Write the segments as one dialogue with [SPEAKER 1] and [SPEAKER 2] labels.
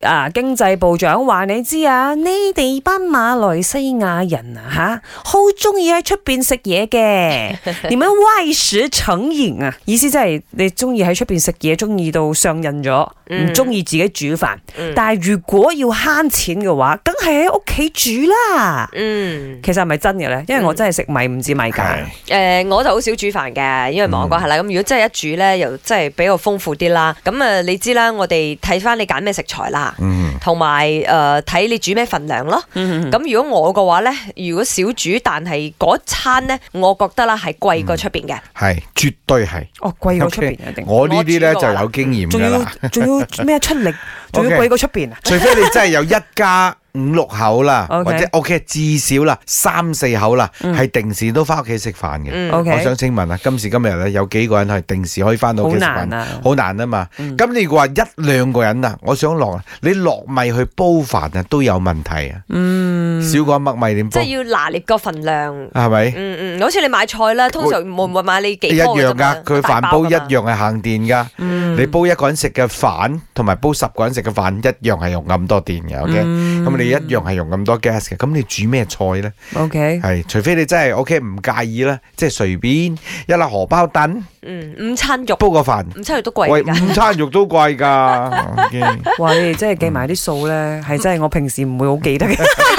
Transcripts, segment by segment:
[SPEAKER 1] 啊經濟部長話你知啊，你哋班馬來西亞人啊吓，好中意喺出邊食 嘢嘅，你們外食成癮啊！意思即係你中意喺出邊食嘢，中意到上癮咗，唔中意自己煮飯。
[SPEAKER 2] 嗯
[SPEAKER 1] 但係如果要慳錢嘅話，梗係喺屋企煮啦。
[SPEAKER 2] 嗯，
[SPEAKER 1] 其實係咪真嘅咧？因為我
[SPEAKER 2] 嗯
[SPEAKER 1] 真係食米唔止米價。
[SPEAKER 2] 诶、我就好少煮飯嘅，因為忙嗰下
[SPEAKER 3] 嗯
[SPEAKER 2] 啦。咁、如果真係一煮咧，又真係比較豐富啲啦。咁啊，你知啦，我哋睇翻你揀咩食材啦，
[SPEAKER 3] 嗯，
[SPEAKER 2] 同埋诶睇你煮咩份量咯。
[SPEAKER 1] 咁
[SPEAKER 2] 咁如果我嘅話咧，如果少煮，但係嗰餐咧，我覺得啦係貴過出邊嘅。
[SPEAKER 3] 系绝对系，
[SPEAKER 1] 哦，貴過出邊一定。
[SPEAKER 3] 我呢啲
[SPEAKER 2] 我
[SPEAKER 3] 咧
[SPEAKER 2] 煮過
[SPEAKER 3] 就有經驗
[SPEAKER 1] 仲
[SPEAKER 3] 噶
[SPEAKER 1] 要
[SPEAKER 3] 啦。
[SPEAKER 1] 仲要咩出 力，仲要
[SPEAKER 3] OK
[SPEAKER 1] 貴過出邊啊！
[SPEAKER 3] 除非你真係有一家五六口啦，
[SPEAKER 1] OK
[SPEAKER 3] 或者 OK 至少啦三四口啦，係定時都翻屋企食飯嘅。
[SPEAKER 2] 嗯
[SPEAKER 1] OK
[SPEAKER 3] 我想請問啊，今時今日咧有幾個人係定時可以翻到屋企食
[SPEAKER 1] 好
[SPEAKER 3] 飯
[SPEAKER 1] 難啊？
[SPEAKER 3] 好難啊嘛。咁你話一兩個人啊，我想落你落米去煲飯啊，都有問題啊。嗯，少過一粒米點
[SPEAKER 2] 即
[SPEAKER 3] 煲？
[SPEAKER 2] 係要拿捏個份量。
[SPEAKER 3] 係咪？
[SPEAKER 2] 嗯嗯，好似你買菜啦，通常會唔會買你幾
[SPEAKER 3] 一
[SPEAKER 2] 棵嘅啫
[SPEAKER 3] 樣
[SPEAKER 2] 嘛
[SPEAKER 3] 㗎，佢
[SPEAKER 2] 大
[SPEAKER 3] 飯
[SPEAKER 2] 包
[SPEAKER 3] 煲
[SPEAKER 2] 㗎
[SPEAKER 3] 一
[SPEAKER 2] 嘛
[SPEAKER 3] 樣係行電㗎。你煲一個人食嘅飯，同埋煲十個人食嘅飯一樣係用咁多電嘅。OK，咁你一樣係用咁多 gas 嘅。咁你煮咩菜咧？
[SPEAKER 1] OK，
[SPEAKER 3] 係，除非你真係 OK 唔介意啦，即係隨便一粒荷包蛋
[SPEAKER 2] 嗯，午餐肉，
[SPEAKER 3] 煲個飯，
[SPEAKER 2] 午餐肉都貴
[SPEAKER 3] 喂
[SPEAKER 2] 㗎。
[SPEAKER 3] 午餐肉 都貴㗎。OK
[SPEAKER 1] 哇！你哋真係計埋啲數咧，係真係我平時唔會好記 得嘅。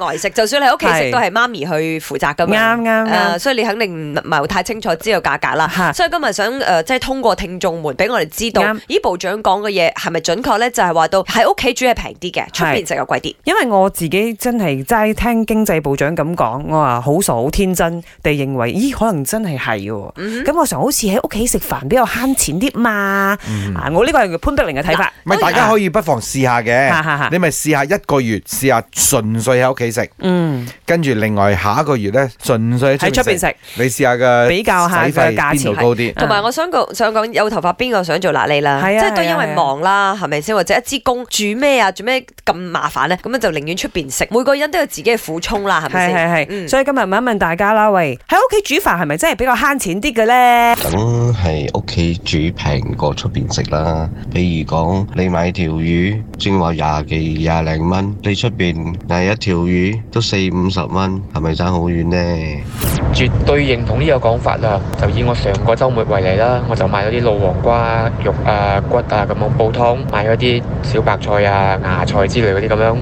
[SPEAKER 2] 外食，就算你喺屋企
[SPEAKER 1] 係
[SPEAKER 2] 食都係媽咪去負責噶嘛。啊
[SPEAKER 1] 啱啱啱
[SPEAKER 2] 誒所以你肯定唔唔係太清楚知道價格
[SPEAKER 1] 嚇
[SPEAKER 2] 啦。所以今日想誒、呃即係通過聽眾們俾我哋知道
[SPEAKER 1] 啱，
[SPEAKER 2] 咦部長講嘅嘢係咪準確咧？就係、話到喺屋企煮係平啲嘅，出邊食又貴啲。
[SPEAKER 1] 因為我自己真係齋聽經濟部長咁講，我話好傻好天真地認為，咦可能真係係喎。
[SPEAKER 2] 嗯
[SPEAKER 1] 咁我常好似喺屋企食飯比較慳錢啲嘛。
[SPEAKER 2] 嗯
[SPEAKER 1] 啊，我呢個係潘碧玲嘅睇法。
[SPEAKER 3] 咪大家可以不妨試下
[SPEAKER 1] 哈哈哈
[SPEAKER 3] 嘅，你咪試下一個月試下純粹喺屋企食，
[SPEAKER 1] 嗯，
[SPEAKER 3] 跟住另外下一個月咧純粹
[SPEAKER 1] 喺出邊
[SPEAKER 3] 邊
[SPEAKER 1] 食，
[SPEAKER 3] 你試下嘅
[SPEAKER 1] 比較下
[SPEAKER 3] 使
[SPEAKER 1] 嘅
[SPEAKER 3] 費
[SPEAKER 1] 價
[SPEAKER 3] 邊
[SPEAKER 1] 錢
[SPEAKER 3] 度高啲？
[SPEAKER 2] 同埋我想講想講有頭髮邊個想做辣痢啦，
[SPEAKER 1] 啊係啊啊
[SPEAKER 2] 即係都
[SPEAKER 1] 係啊
[SPEAKER 2] 因為忙啦，係咪先？或者一支公煮咩啊，做咩咁麻煩咧？咁樣就寧願出邊食。每個人都有自己嘅苦衷啦，係咪
[SPEAKER 1] 係
[SPEAKER 2] 先？
[SPEAKER 1] 係係。
[SPEAKER 2] 嗯
[SPEAKER 1] 所以今日問一問大家啦，喂，喺屋企煮飯係咪真係比較慳錢啲嘅咧？
[SPEAKER 4] 梗係屋企煮平過出邊食啦。譬如講，你買條魚，正話廿幾廿零蚊，你出邊嗌一條魚都四五十蚊，係咪爭好遠呢？
[SPEAKER 5] 絕對認同呢個講法啦。就以我上個週末為例啦，我就買咗啲老黃瓜啊、肉啊、骨啊咁樣煲湯，買咗啲小白菜啊、芽菜之類嗰啲咁樣。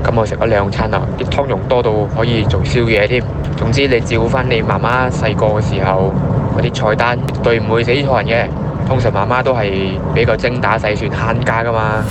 [SPEAKER 5] 咁我食咗兩餐啦，啲湯用多到可以做宵夜添。總之你照翻你媽媽細個嘅時候嗰啲菜單，絕對唔會死錯人嘅。通常媽媽都係比較精打細算慳家噶嘛。